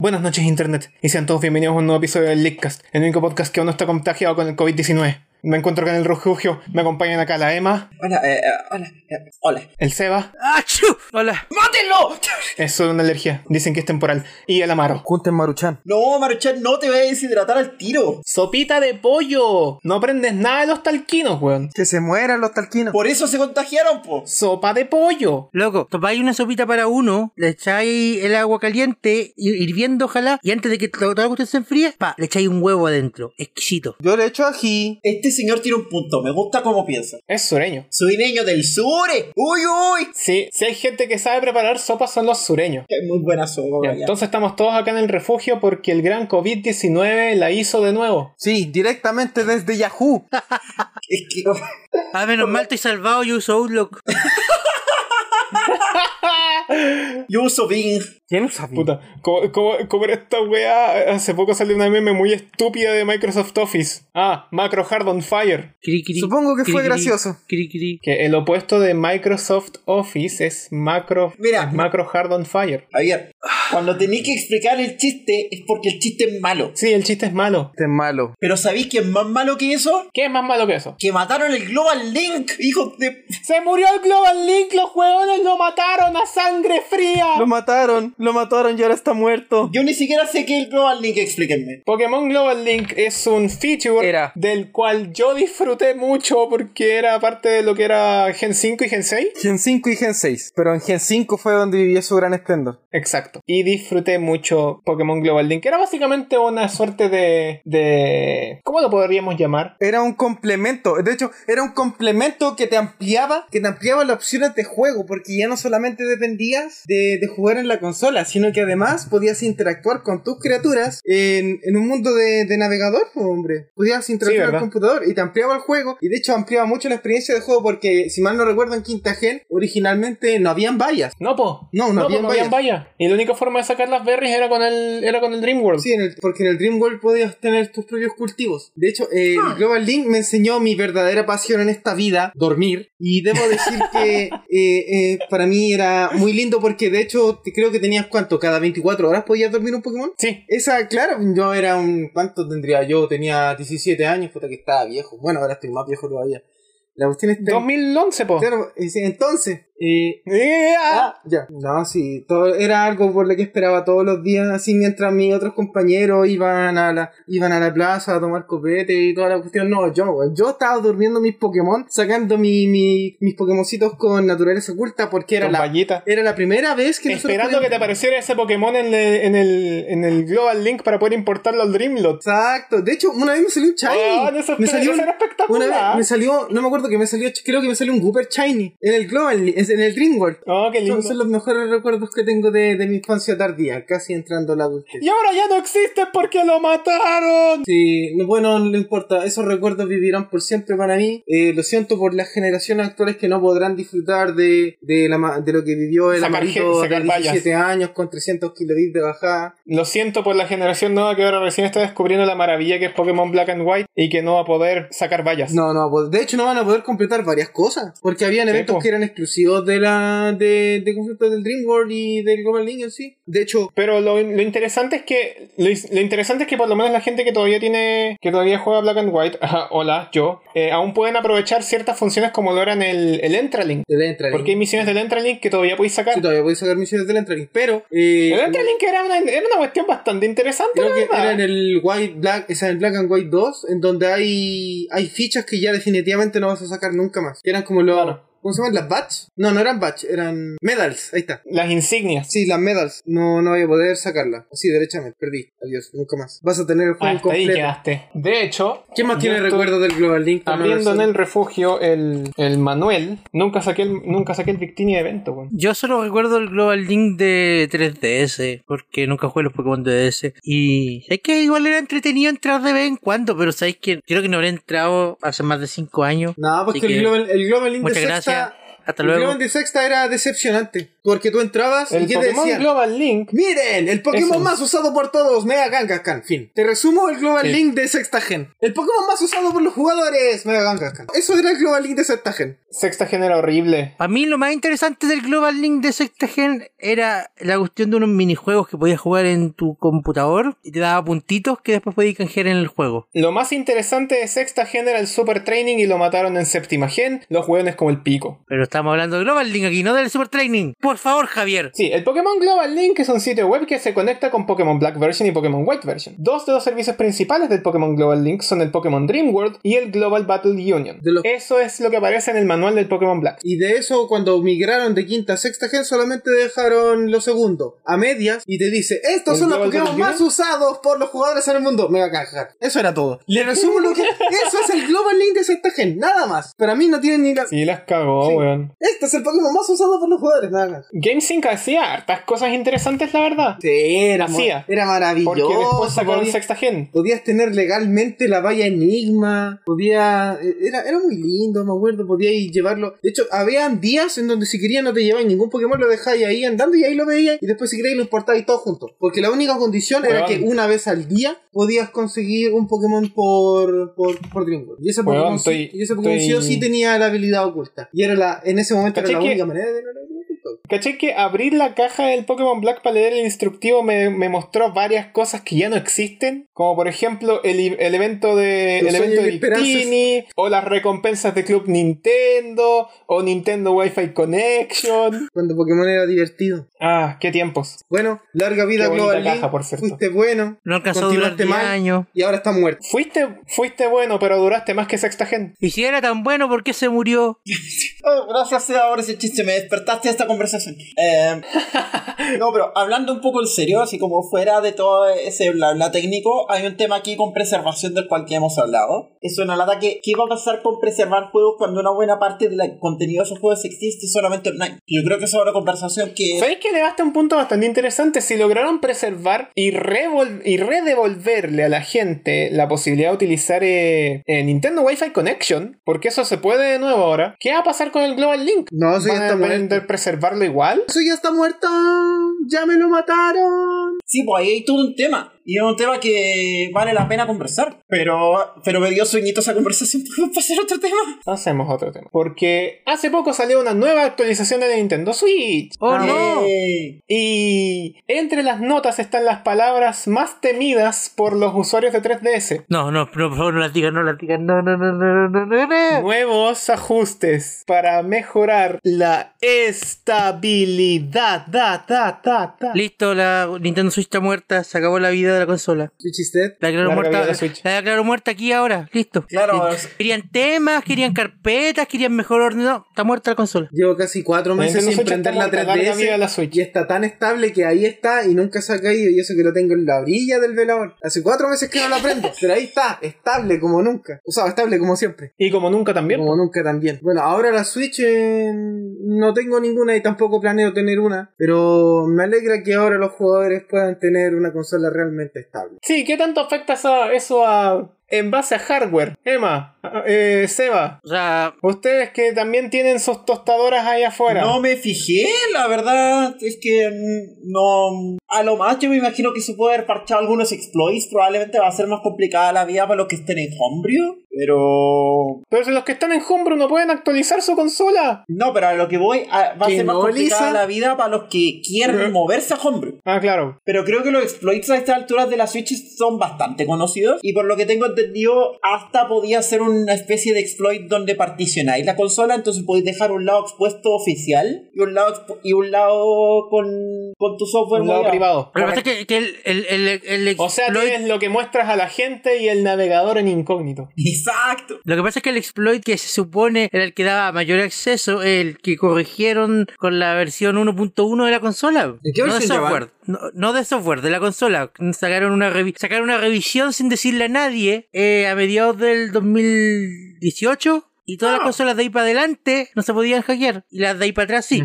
Buenas noches Internet y sean todos bienvenidos a un nuevo episodio del Leakcast, el único podcast que aún no está contagiado con el COVID-19. Me encuentro acá en el refugio, me acompañan acá la Emma, Hola, eh, eh, hola, eh, hola. el Seba, ¡Ah, ¡Achú! Hola. ¡Mátenlo! es solo una alergia, dicen que es temporal, y el Amaro. Junten Maruchan. No, Maruchan, no te vayas a deshidratar al tiro. ¡Sopita de pollo! No aprendes nada de los talquinos, weón. Que se mueran los talquinos. Por eso se contagiaron, po. ¡Sopa de pollo! Loco, tomáis una sopita para uno, le echáis el agua caliente, hi- hirviendo ojalá, y antes de que to- toda la cuestión se enfríe, pa, le echáis un huevo adentro. Exquisito. Yo le echo ají. Este señor tiene un punto, me gusta cómo piensa. Es sureño. Soy niño del sur. eh. ¡Uy, uy! Sí, si hay gente que sabe preparar sopas son los sureños. Es muy buena sopa, Ya, ya. entonces estamos todos acá en el refugio porque el gran COVID-19 la hizo de nuevo. Sí, directamente desde Yahoo. Es que no. Ah, menos mal estoy salvado, yo uso Outlook. Yo uso Bing. ¿Quién sabía? Puta, ¿cómo, cómo, cómo era esta weá? Hace poco salió una meme muy estúpida de Microsoft Office. Ah, Macro Hard on Fire. Cri, cri, Supongo que cri, fue cri, gracioso. Cri, cri. Que el opuesto de Microsoft Office es Macro, Mira. es macro Hard on Fire. Javier, cuando tenéis que explicar el chiste es porque el chiste es malo. Sí, el chiste es malo. Este es malo. Pero ¿sabéis que es más malo que eso? ¿Qué es más malo que eso? Que mataron el Global Link, hijos de... ¡Se murió el Global Link! ¡Los hueones lo mataron a sangre fría! Lo mataron, lo mataron y ahora está muerto. Yo ni siquiera sé qué es el Global Link, explíquenme. Pokémon Global Link es un feature Era. del cual yo disfruté mucho porque era parte de lo que era Gen 5 y Gen 6. Gen 5 y Gen 6. Pero en Gen 5 fue donde vivió su gran esplendor. Exacto. Y disfruté mucho Pokémon Global Link. Era básicamente una suerte de. de. ¿Cómo lo podríamos llamar? Era un complemento. De hecho, era un complemento que te ampliaba, que te ampliaba las opciones de juego, porque ya no solamente dependías de, de jugar en la consola, sino que además podías interactuar con tus criaturas en, en un mundo de, de navegador, po, hombre. Podías interactuar Sí, en ¿verdad? el computador y te ampliaba el juego. Y de hecho ampliaba mucho la experiencia de juego, porque si mal no recuerdo en Quinta Gen, originalmente no habían vallas. No, po. No, no po, habían habían vallas. vallas. Y la única forma de sacar las berries era con el. era con el Dream World. Sí, en el- porque en el Dream World podías tener tus propios cultivos. De hecho, eh, el Global Link me enseñó mi verdadera pasión en esta vida, dormir. Y debo decir que eh, eh, para mí era muy lindo porque de hecho te- creo que tenías cuánto, cada 24 horas podías dormir un Pokémon. Sí. Esa, claro, yo era un... ¿Cuánto tendría yo? Tenía 17 años, puta que estaba viejo. Bueno, ahora estoy más viejo todavía. La cuestión es... que- 2011, po. Claro, es- entonces... Eh, Eh, ah. Ah, ya. No, sí, todo, era algo por lo que esperaba todos los días, así mientras mis otros compañeros iban a la, iban a la plaza a tomar copete y toda la cuestión. No, yo, weón, yo estaba durmiendo mis Pokémon, sacando mi, mi- mis Pokémoncitos con naturaleza oculta porque era Con la, vallita. era la primera vez que nosotros Esperando que te podíamos- apareciera ese Pokémon en el, en el, en el Global Link para poder importarlo al Dreamlot. Exacto, de hecho, una vez me salió un Shiny. Weón, eso me era- eso salió un- era una vez espectacular. me salió, no me acuerdo que me salió, creo que me salió un Gooper Shiny en el Global, en el Dream World. Oh, qué lindo. Son, son los mejores recuerdos que tengo de, de mi infancia tardía, casi entrando a la adultez. Y ahora ya no existe porque lo mataron. Sí, no- bueno, no importa, esos recuerdos vivirán por siempre para mí. Eh, lo siento por las generaciones actuales que no podrán disfrutar de, de, la ma- de lo que vivió el Sacar gen- amarito de sacar 17 años con 300 kilobits de bajada. Lo siento por la generación nueva que ahora recién está descubriendo la maravilla que es Pokémon Black and White y que no va a poder sacar vallas. No, no, pues, de hecho no van a poder completar varias cosas, porque habían Sí, eventos po. que eran exclusivos de la de, de conflictos del Dream World y del Global League en sí. De hecho, Pero lo, lo interesante es que lo, is- lo interesante es que por lo menos la gente que todavía tiene que todavía juega Black and White, ajá, hola, yo, eh, aún pueden aprovechar ciertas funciones como lo eran el, el Entralink. el Entralink. Porque hay misiones del Entralink que todavía podéis sacar. Sí, todavía podéis sacar misiones del Entralink, pero... eh, el Entralink era una, era una cuestión bastante interesante, Creo la que verdad. era en el White Black, o sea, en Black and White 2, en donde hay, hay fichas que ya definitivamente no vas a sacar nunca más. Que eran como los. Claro. ¿Cómo se llaman? ¿Las Batch? No, no eran Batch, eran Medals, ahí está. Las insignias. Sí, las medals. No, no voy a poder sacarlas. Así, derechamente, perdí. Adiós, nunca más. Vas a tener el Ah, juego hasta ahí completo. quedaste. De hecho, ¿Quién más yo tiene estoy recuerdo del Global Link? Abriendo en No lo sé. el refugio el, el Manuel, nunca saqué el, nunca saqué el Victini de evento, weón. Yo solo recuerdo el Global Link de 3DS, porque nunca jugué los Pokémon de DS. Y es que igual era entretenido entrar de vez en cuando, pero sabéis que creo que no habré entrado hace más de 5 años. No, porque Así el que- Global, el Global Link de Muchas sexta. gracias. Hasta el luego. Global de sexta era decepcionante. Porque tú entrabas y El ¿qué te Pokémon decían? Global Link. Miren, el Pokémon Eso. más usado por todos, Mega Kangaskhan. Fin. Te resumo el Global Sí. Link de sexta gen. El Pokémon más usado por los jugadores, Mega Kangaskhan. Eso era el Global Link de sexta gen. Sexta gen era horrible. Para mí lo más interesante del Global Link de Sexta Gen era la cuestión de unos minijuegos que podías jugar en tu computador y te daba puntitos que después podías canjear en el juego. Lo más interesante de sexta gen era el Super Training y lo mataron en séptima gen, los hueones como el pico. Pero estamos hablando de Global Link aquí, no del Super Training. Por favor, Javier. Sí, el Pokémon Global Link es un sitio web que se conecta con Pokémon Black Version y Pokémon White Version. Dos de los servicios principales del Pokémon Global Link son el Pokémon Dream World y el Global Battle Union. De los- Eso es lo que aparece en el manual del Pokémon Black. Y de eso, cuando migraron de quinta a sexta gen, solamente dejaron lo segundo, a medias, y te dice, estos ¿El son los Global Pokémon Battle más Union? usados por los jugadores en el mundo, Mega Kangaskhan. Eso era todo. Le resumo lo que... eso es el Global Link de sexta gen, nada más. Para mí no tienen ni la... Sí, las cagó, Sí. weón. Este es el Pokémon más usado por los jugadores, Mega Kangaskhan. GameSync hacía hartas cosas interesantes, la verdad. Sí, era, mo- Hacía. era maravilloso. Porque después sacaron podía- sexta gen. Podías tener legalmente la valla Enigma, podía... e-, Era, era muy lindo, me acuerdo, podías ir llevarlo... De hecho, habían días en donde si querías no te llevabas ningún Pokémon, lo dejabas ahí andando y ahí lo veías, y después si querías lo importabas todos juntos. Porque la única condición era que Weón. una vez al día podías conseguir un Pokémon por, por, por Dream World. Y ese Weón, Pokémon, sí, estoy- y ese Pokémon sí o estoy- sí tenía la habilidad oculta. Y era la, en ese momento era ¿Cachai la que- única manera de ganar la habilidad oculta. Caché que abrir la caja del Pokémon Black para leer el instructivo me, me mostró varias cosas que ya no existen, como por ejemplo el, i- el evento de Los el evento sueños y de esperanzas. Victini, o las recompensas de Club Nintendo, o Nintendo Wi-Fi Connection. Cuando Pokémon era divertido. Ah, qué tiempos. Bueno, larga vida Qué bonita Global Link. caja, por cierto. Fuiste bueno. No alcanzó a durar Continuaste 10 mal. años. Y ahora está muerto. Fuiste, fuiste bueno, pero duraste más que sexta gen. Y si era tan bueno, ¿por qué se murió? Ah, Oh, gracias a ahora ese chiste, me despertaste a esta conversación. Eh, no, pero hablando un poco en serio, así como fuera de todo ese bla bla técnico, hay un tema aquí con preservación del cual ya hemos hablado. Es una lata que, ¿qué va a pasar con preservar juegos cuando una buena parte del contenido de esos juegos existe solamente online? Yo creo que eso es una conversación que... ¿Sabéis que le daste un punto bastante interesante? Si lograron preservar y, revol- y redevolverle a la gente la posibilidad de utilizar eh, eh, Nintendo Wi-Fi Connection, porque eso se puede de nuevo ahora, ¿qué va a pasar con el Global Link? No, eso ¿Van ya a está muerto. intentar preservarlo igual? Eso ya está muerto. Ya me lo mataron. Sí, pues ahí hay todo un tema. Y es un tema que vale la pena conversar. Pero, pero me dio sueñito esa conversación. ¿Podemos pasar a otro tema? Hacemos otro tema. Porque hace poco salió una nueva actualización de la Nintendo Switch. ¡Oh, no! Eh, Y entre las notas están las palabras más temidas por los usuarios de 3DS. No, no, no, por favor, no las digas, no las digas. No, no, no, no, no, no, no. Nuevos ajustes para mejorar la estabilidad. Da, da, da, da. Listo, la Nintendo Switch está muerta, se acabó la vida de la consola. Switch is dead. La declaro Larga muerta, vida a la la, Switch. declaro muerta aquí ahora, listo. Claro, Eh, es- Querían temas, querían carpetas, querían mejor orden. No, está muerta la consola. Llevo casi cuatro La meses Nintendo sin Switch prender está la muerta, larga 3DS. vida a la Switch. Y está tan estable que ahí está y nunca se ha caído. Y eso que lo tengo en la orilla del velador. Hace cuatro meses que no la prendo. pero ahí está, estable como nunca. O sea, estable como siempre. Y como nunca también. Como nunca también. Bueno, ahora la Switch eh, no tengo ninguna y tampoco planeo tener una. Pero me alegra que ahora los jugadores puedan tener una consola realmente estable. Sí, ¿qué tanto afecta eso, eso a, en base a hardware? Emma, eh, Seba, O sea, Ustedes que también tienen sus tostadoras ahí afuera. No me fijé, la verdad es que mm, no. A lo más yo me imagino que se puede haber parchado algunos exploits. Probablemente va a ser más complicada la vida para los que estén en Homebrew. Pero. Pero si los que están en Homebrew no pueden actualizar su consola. No, pero a lo que voy, a- va a Que ser más no, complicada Lisa. la vida para los que quieren Pero- moverse a Homebrew. Ah, claro. Pero creo que los exploits a estas alturas de la Switch son bastante conocidos. Y por lo que tengo entendido, hasta podía ser una especie de exploit donde particionáis la consola. Entonces podéis dejar un lado expuesto oficial y un lado, expu- y un lado con, con tu software Un lado guardado. privado. lo que pasa es que, que el, el, el, el O sea, exploit- tienes lo que muestras a la gente y el navegador en incógnito. Exacto. Lo que pasa es que el exploit que se supone era el que daba mayor acceso, el que corrigieron con la versión 1.1 de la consola. ¿De qué no de versión ya van? software, no, no de software, de la consola. Sacaron una, revi- sacaron una revisión sin decirle a nadie eh, a mediados del 2018. Y todas Ah. las consolas de ahí para adelante no se podían hackear. Y las de ahí para atrás sí.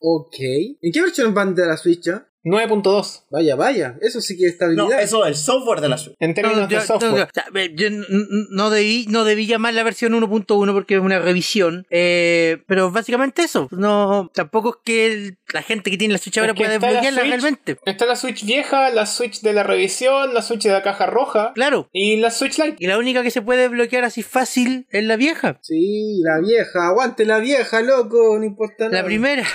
Ok. ¿En qué versión van de la Switch ya? 9.2 Vaya, vaya. Eso sí que es estabilidad. No, eso es el software de la Switch. en términos No, yo- de software. no, o sea, ve, yo n- n- no debí, no debí llamar la versión 1.1 porque es una revisión. eh, pero básicamente eso. No, tampoco es que el- la gente que tiene la Switch ahora Es que pueda está la desbloquearla Switch- realmente. Está la Switch vieja, la Switch de la revisión, la Switch de la caja roja Claro. y la Switch Lite. Y la única que se puede bloquear así fácil es la vieja. Sí, la vieja. Aguante la vieja, loco. No importa nada. La primera.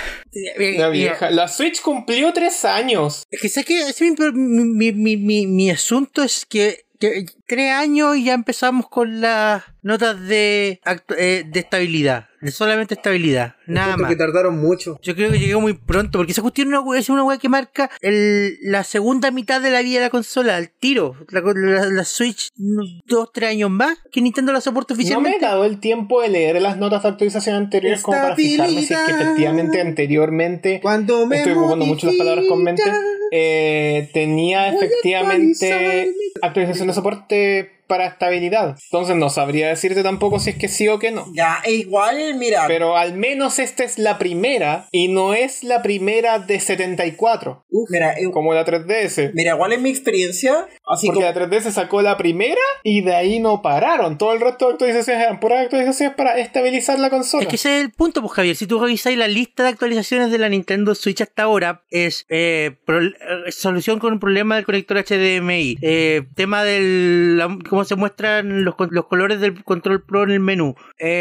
Eh, La vieja. La Switch cumplió tres años. Es eh, que sé que ese es mi, mi, mi, mi- mi asunto es que, que tres años y ya empezamos con las notas de, actu- eh, de estabilidad. De solamente estabilidad. Nada Encuentro más. que tardaron mucho. Yo creo que llegué muy pronto, porque esa cuestión es una wea- es una weá que marca el- la segunda mitad de la vida de la consola, al tiro. La, la- la Switch, mm, dos, tres años más, que Nintendo la soporta No me he oficialmente. dado el tiempo de leer las notas de actualización anteriores como para fijarme si es que Estabilidad. efectivamente anteriormente Cuando me Estoy ocupando mucho las palabras con mente. modifica- Eh, tenía Voy a efectivamente actualizar. actualización de soporte para estabilidad. Entonces no sabría decirte tampoco si es que sí o que no. Ya, e igual, mira. Pero al menos esta es la primera y no es la primera de 74, Uf, mira, e- como la 3DS. mira, igual en mi experiencia, así Porque como. la 3DS sacó la primera y de ahí no pararon. Todo el resto de actualizaciones eran puras actualizaciones para estabilizar la consola. Es que ese es el punto, pues Javier. Si tú revisáis la lista de actualizaciones de la Nintendo Switch hasta ahora, es eh, pro- eh, solución con un problema del conector HDMI, eh, tema del la- cómo se muestran los, con- los colores del control pro en el menú,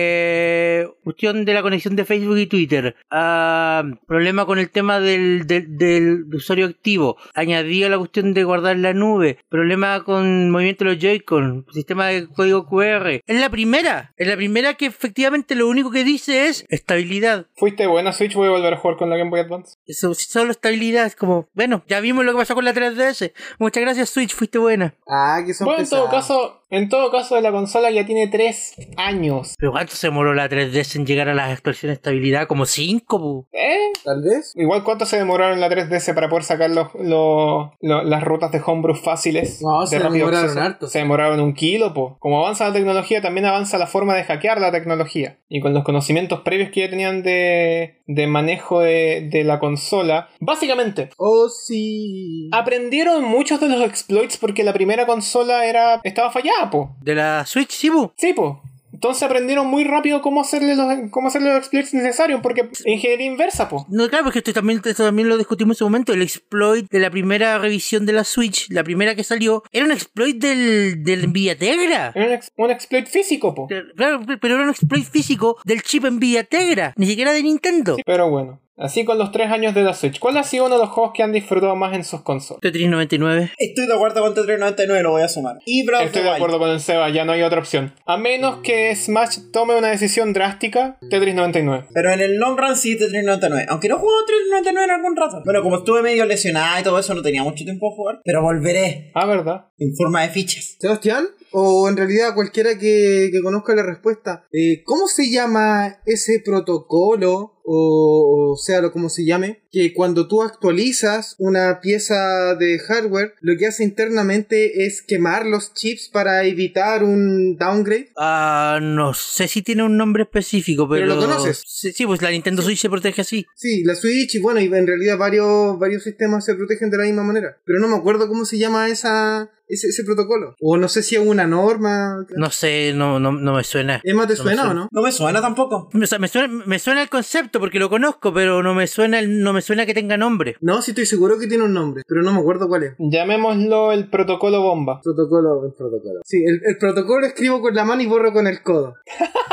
eh, cuestión de la conexión de Facebook y Twitter, ah, problema con el tema del, del, del usuario activo, añadido la cuestión de guardar la nube, problema con movimiento de los Joy-Con, sistema de código QR. Es la primera, es la primera que efectivamente lo único que dice es estabilidad. Fuiste buena Switch, voy a volver a jugar con la Game Boy Advance. Eso, solo estabilidad, es como, bueno, ya vimos lo que pasó con la 3DS. Muchas gracias Switch, fuiste buena. Ah, que son Bueno, en todo pesados. caso, en todo caso la consola ya tiene 3 años. Pero ¿cuánto se demoró la 3DS en llegar a las actualizaciones de estabilidad? Como 5, pu. ¿Eh? Tal vez. Igual cuánto se demoraron en la 3DS para poder sacar los, los- lo- las rutas de homebrew fáciles. No, de se rápido demoraron acceso? harto. Se demoraron un kilo, po. Como avanza la tecnología, también avanza la forma de hackear la tecnología. Y con los conocimientos previos que ya tenían de, de manejo de, de la consola, básicamente... Oh, sí. Aprendieron muchos de los exploits porque la primera consola era estaba fallada, po. De la Switch, sí, pu. Sí, po. Entonces aprendieron muy rápido cómo hacerle los, cómo hacerle los exploits necesarios, porque ingeniería inversa, po. No, claro, porque esto también, esto también lo discutimos en su momento. El exploit de la primera revisión de la Switch, la primera que salió, era un exploit del, del Nvidia Tegra. Era un, ex- un exploit físico, po. Claro, pero era un exploit físico del chip Nvidia Tegra, ni siquiera de Nintendo. Sí, Pero bueno, así con los tres años de la Switch, ¿cuál ha sido uno de los juegos que han disfrutado más en sus consolas? Tetris 99. Estoy de acuerdo con T399, lo voy a sumar. Y Breath of the Estoy de Wild. acuerdo con el Seba, ya no hay otra opción. A menos que Mm. Smash tome una decisión drástica, Tetris 99. Pero en el long run sí T399. Aunque no jugado T399 en algún rato. Bueno, como estuve medio lesionada y todo eso, no tenía mucho tiempo de jugar. Pero volveré Ah, ¿verdad? en forma de fichas. Sebastián, o en realidad cualquiera que, que conozca la respuesta, eh, ¿cómo se llama ese protocolo, o, o sea, lo como se llame, que cuando tú actualizas una pieza de hardware, lo que hace internamente es quemar los chips para evitar un downgrade? Ah, no sé si tiene un nombre específico, pero. Pero lo conoces. Sí, sí, pues la Nintendo Switch se protege así. Sí, la Switch y bueno, y en realidad varios, varios sistemas se protegen de la misma manera, pero no me acuerdo cómo se llama esa, ese, ese protocolo, o no sé si es una norma. No sé, no, no, no me suena. Emma, ¿te No me suena o suena. no? No me suena tampoco. O sea, me suena, me suena el concepto porque lo conozco, pero no me suena, el- no me suena que tenga nombre. No, sí estoy seguro que tiene un nombre, pero no me acuerdo cuál es. Llamémoslo el protocolo bomba. Protocolo, el protocolo. Sí, el, el protocolo escribo con la mano y borro con el codo.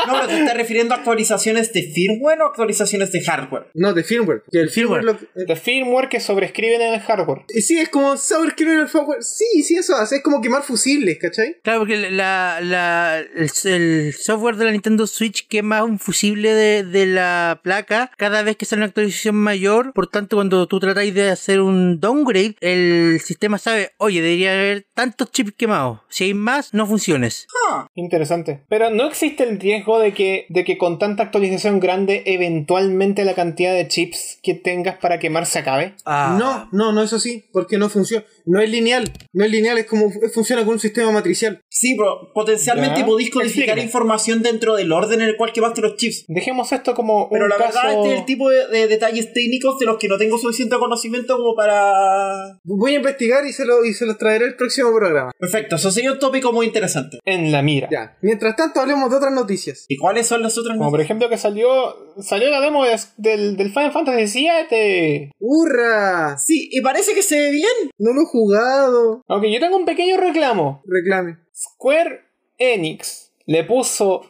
No, pero te estás refiriendo a actualizaciones de firmware o actualizaciones de hardware. No, de firmware. Que el firmware. lo- eh, De firmware que sobrescriben en el hardware. y sí, es como sobreescribir el firmware. Sí, sí, eso hace. Es como quemar fusibles, ¿cachai? Claro, porque la, la- el, el software de la Nintendo Switch quema un fusible de, de la placa cada vez que sale una actualización mayor. Por tanto, cuando tú tratáis de hacer un downgrade, el sistema sabe, oye, debería haber tantos chips quemados. Si hay más, no funciones. Interesante. Pero no existe el riesgo de que, de que con tanta actualización grande, eventualmente la cantidad de chips que tengas para quemar se acabe. Ah, No, no, no, eso sí, porque no funciona. No es lineal, no es lineal, es como funciona con un sistema matricial. Sí, pero potencialmente Ya. podéis codificar Explícame. información dentro del orden en el cual quemaste los chips. Dejemos esto como Pero un la caso... verdad, este es el tipo de, de detalles técnicos de los que no tengo suficiente conocimiento como para. Voy a investigar y se, lo, y se los traeré el próximo programa. Perfecto, eso sería un tópico muy interesante. en la mira. Ya. Mientras tanto, hablemos de otras noticias. ¿Y cuáles son las otras Como por noticias? ejemplo que salió salió la demo des- del, del Final Fantasy VII. ¡Hurra! Sí, y parece que se ve bien. No lo he jugado. Aunque yo tengo un pequeño reclamo. Reclame. Square Enix le puso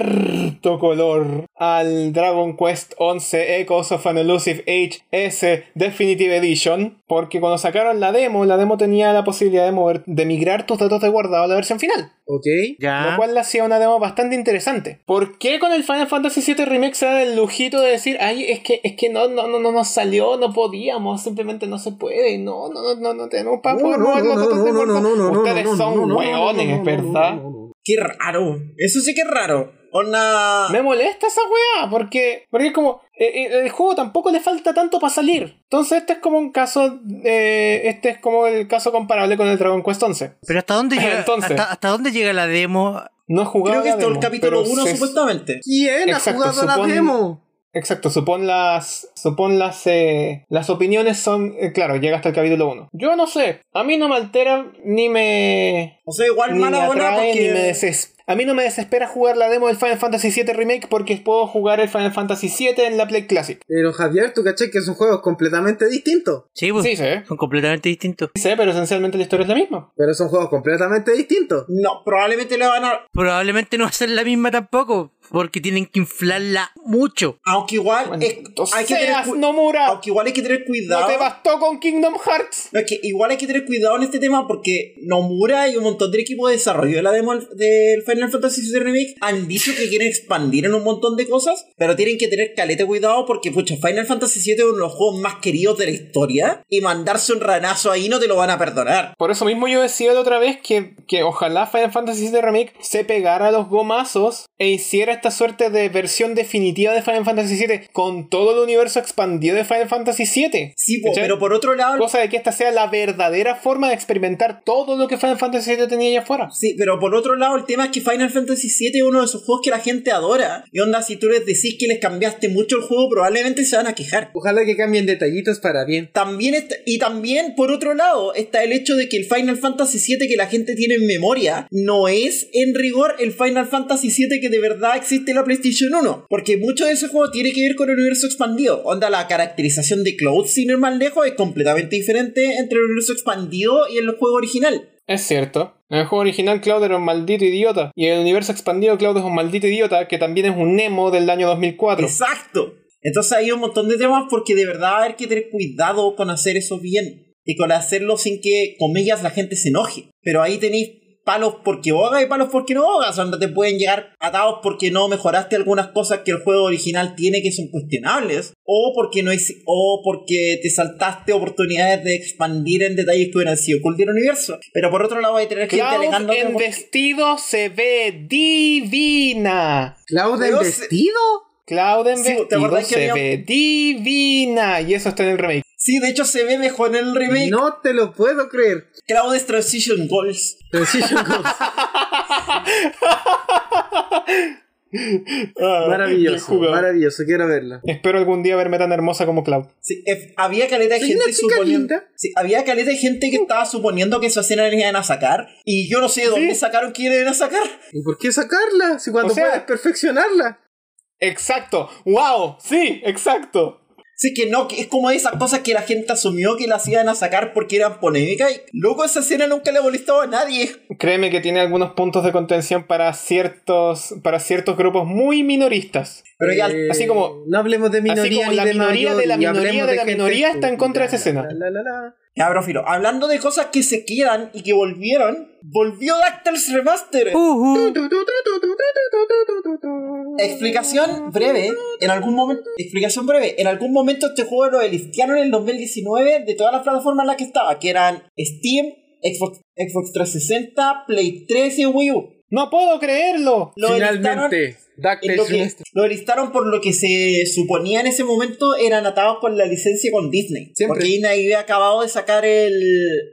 harto color al Dragon Quest 11 Echoes of an Elusive Age S Definitive Edition porque cuando sacaron la demo, la demo tenía la posibilidad de mover, de migrar tus datos de guardado a la versión final. Ok. Lo Ya. cual le hacía una demo bastante interesante. ¿Por qué con el Final Fantasy VII Remake se da el lujito de decir, ay, es que, es que no, no, no, no nos salió, no podíamos, simplemente no se puede, no, no, no, no, no tenemos para poder mover los datos de guardado"? Ustedes son hueones, ¿verdad? Qué raro. Eso sí que es raro. Una. Me molesta esa weá, porque, porque es como, eh, eh, el juego tampoco le falta tanto para salir. Entonces este es como un caso, eh, este es como el caso comparable con el Dragon Quest 11. Pero hasta dónde llega, Entonces. hasta, hasta dónde llega la demo. No he jugado Creo que la esto es el demo, capítulo pero 1, se- supuestamente. ¿Quién ha Exacto, jugado la supone- demo? Exacto, supón las, supón las, eh, las opiniones son, eh, claro, llega hasta el capítulo 1. Yo no sé, a mí no me altera ni me, O sea, igual ni me mala buena atrae, ni me porque. deses- A mí no me desespera jugar la demo del Final Fantasy VII Remake porque puedo jugar el Final Fantasy VII en la Play Classic. Pero Javier, tú caché que son juegos completamente distintos. Sí, pues, Sí, sé, son completamente distintos. sí, sé, pero esencialmente la historia es la misma. Pero son juegos completamente distintos. No, probablemente le van a. Probablemente no va a ser la misma tampoco, porque tienen que inflarla mucho. Aunque igual. es- Maldito hay que tener seas, cu- Nomura. Aunque igual hay que tener cuidado. No te bastó con Kingdom Hearts. No, es que igual hay que tener cuidado en este tema porque Nomura y un montón de equipos de desarrollo de la demo del Final Fantasy VII Remake han dicho que quieren expandir en un montón de cosas, pero tienen que tener caleta de cuidado porque, pucha, Final Fantasy VII es uno de los juegos más queridos de la historia y mandarse un ranazo ahí no te lo van a perdonar. Por eso mismo yo decía la otra vez que, que ojalá Final Fantasy VII Remake se pegara a los gomazos e hiciera esta suerte de versión definitiva de Final Fantasy VII con todo el universo expandido de Final Fantasy VII. Sí, po, ¿Cachai? pero por otro lado, Cosa de que esta sea la verdadera forma de experimentar todo lo que Final Fantasy VII tenía allá afuera. Sí, pero por otro lado, el tema es que Final Fantasy VII es uno de esos juegos que la gente adora. Y onda, si tú les decís que les cambiaste mucho el juego, probablemente se van a quejar. Ojalá que cambien detallitos para bien. También está- y también, por otro lado, está el hecho de que el Final Fantasy VII que la gente tiene en memoria no es, en rigor, el Final Fantasy VII que de verdad existe en la PlayStation 1. Porque mucho de ese juego tiene que ver con el universo expandido. Onda, la caracterización de Cloud, sin ir más lejos, es completamente diferente entre el universo expandido y el juego original. Es cierto. En el juego original Cloud era un maldito idiota. Y en el universo expandido Cloud es un maldito idiota que también es un Nemo del año 2004. Exacto. Entonces hay un montón de temas porque de verdad hay que tener cuidado con hacer eso bien y con hacerlo sin que, comillas, la gente se enoje. Pero ahí tenéis palos porque boga y palos porque no bogas. Donde te pueden llegar atados porque no mejoraste algunas cosas que el juego original tiene que son cuestionables o porque no es o porque te saltaste oportunidades de expandir en detalles que hubieran sido cool del universo. Pero por otro lado hay que tener gente Cloud alegándote en porque- vestido se ve divina. ¿Claude en Pero se- vestido? Cloud en Sí, ¿te vestido acordás que se había- ve divina. Y eso está en el remake. Sí, de hecho se ve mejor en el remake. No te lo puedo creer. Cloud es Transition Goals. Transition Goals. Qué Ah, Maravilloso, jugador. maravilloso, quiero verla. Espero algún día verme tan hermosa como Cloud. Sí, ef- había caleta de Soy una gente chica suponiendo. linda. Uh. Sí, había caleta de gente que estaba suponiendo que esa escena la iban a sacar. Y yo no sé de dónde sacaron que la iban a sacar. ¿Y por qué sacarla? Si cuando O sea- puedes perfeccionarla. Exacto. ¡Wow! Sí, exacto. Sí, que no, que es como de esas cosas que la gente asumió que las iban a sacar porque eran polémicas. Y loco, esa escena nunca le ha molestado a nadie. Créeme que tiene algunos puntos de contención para ciertos, para ciertos grupos muy minoristas. Pero ya. Eh, así como- No hablemos de minoría como ni la de minoría de la mayoría, minoría hablemos de la gente minoría está en estúpida, contra de esa la, escena. la, la, la, la. Ya, bro, filo. Hablando de cosas que se quedan y que volvieron, volvió Dactyls Remastered. Uh, Eh, Ujú. Explicación breve, en algún momento, explicación breve, en algún momento este juego lo elistiaron en el 2019 de todas las plataformas en las que estaba, que eran Steam, Xbox, Xbox 360, Play 3 y Wii U. ¡No puedo creerlo! Lo enlistaron- Finalmente, en DuckTales lo que, Remastered. lo listaron por lo que se suponía en ese momento eran atados con la licencia con Disney. Siempre. Porque Disney había acabado de sacar el.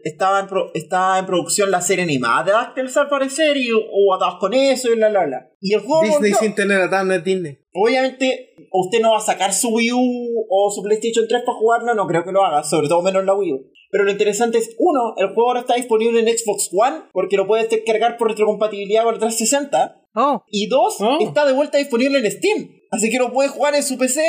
Estaba en, pro- estaba en producción la serie animada de DuckTales al parecer, y, o atados con eso, y bla, bla, bla. Y el juego. Disney volvió. sin tener a Thanos es Disney. Obviamente, usted no va a sacar su Wii U o su PlayStation 3 para jugarlo, no creo que lo haga, sobre todo menos la Wii U. Pero lo interesante es, uno, el juego ahora está disponible en Xbox One, porque lo puedes descargar por retrocompatibilidad con el 360. Oh, Y dos, Oh. está de vuelta disponible en Steam. Así que lo puedes jugar en su PC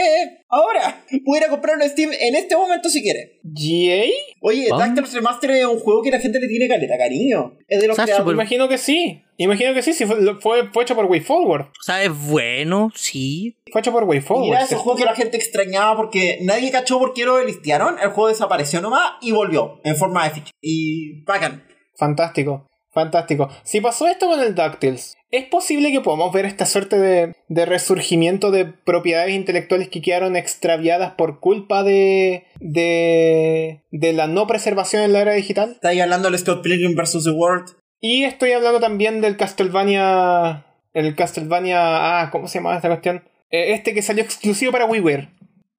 ahora. Pudiera comprarlo en Steam en este momento si quiere. ¿Yay? Oye, Vamos. Tactics Remaster es un juego que la gente le tiene caleta cariño. Es de los Está creadores- súper- Imagino que sí. Imagino que sí. Si fue, lo- fue, fue hecho por WayForward. o sea, es bueno, sí. Fue hecho por Oh, Y era WayForward. ese ¿cierto? juego que la gente extrañaba porque nadie cachó por qué lo delistearon. El juego desapareció nomás y volvió en forma de ficha. Y bacán. Fantástico. Fantástico. Si pasó esto con el DuckTales, ¿es posible que podamos ver esta suerte de, de resurgimiento de propiedades intelectuales que quedaron extraviadas por culpa de, de, de la no preservación en la era digital? Está ahí hablando del Scott Pilgrim vs. The World. Y estoy hablando también del Castlevania. El Castlevania. Ah, ¿cómo se llama esta cuestión? Eh, Este que salió exclusivo para WiiWare.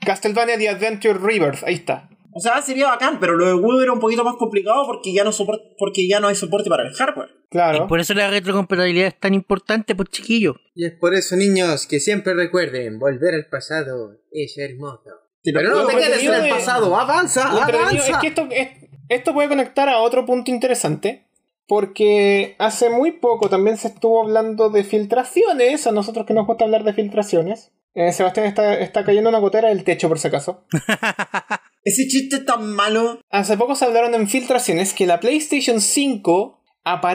Castlevania The Adventure Rebirth. Ahí está. O sea, sería bacán, pero lo de Wii era un poquito más complicado porque ya no, sopor- porque ya no hay soporte para el hardware. Claro. Y por eso la retrocompatibilidad es tan importante, pues chiquillo. Y es por eso, niños, que siempre recuerden, volver al pasado es hermoso. Te lo Pero no juro, te pero quedes en tiene- el pasado, avanza, Lo entretenido avanza. es que esto, es- esto puede conectar a otro punto interesante. Porque hace muy poco también se estuvo hablando de filtraciones. A nosotros que nos gusta hablar de filtraciones. Eh, Sebastián está, está cayendo una gotera del techo, por si acaso. Ese chiste es tan malo. Hace poco se hablaron en filtraciones que la PlayStation 5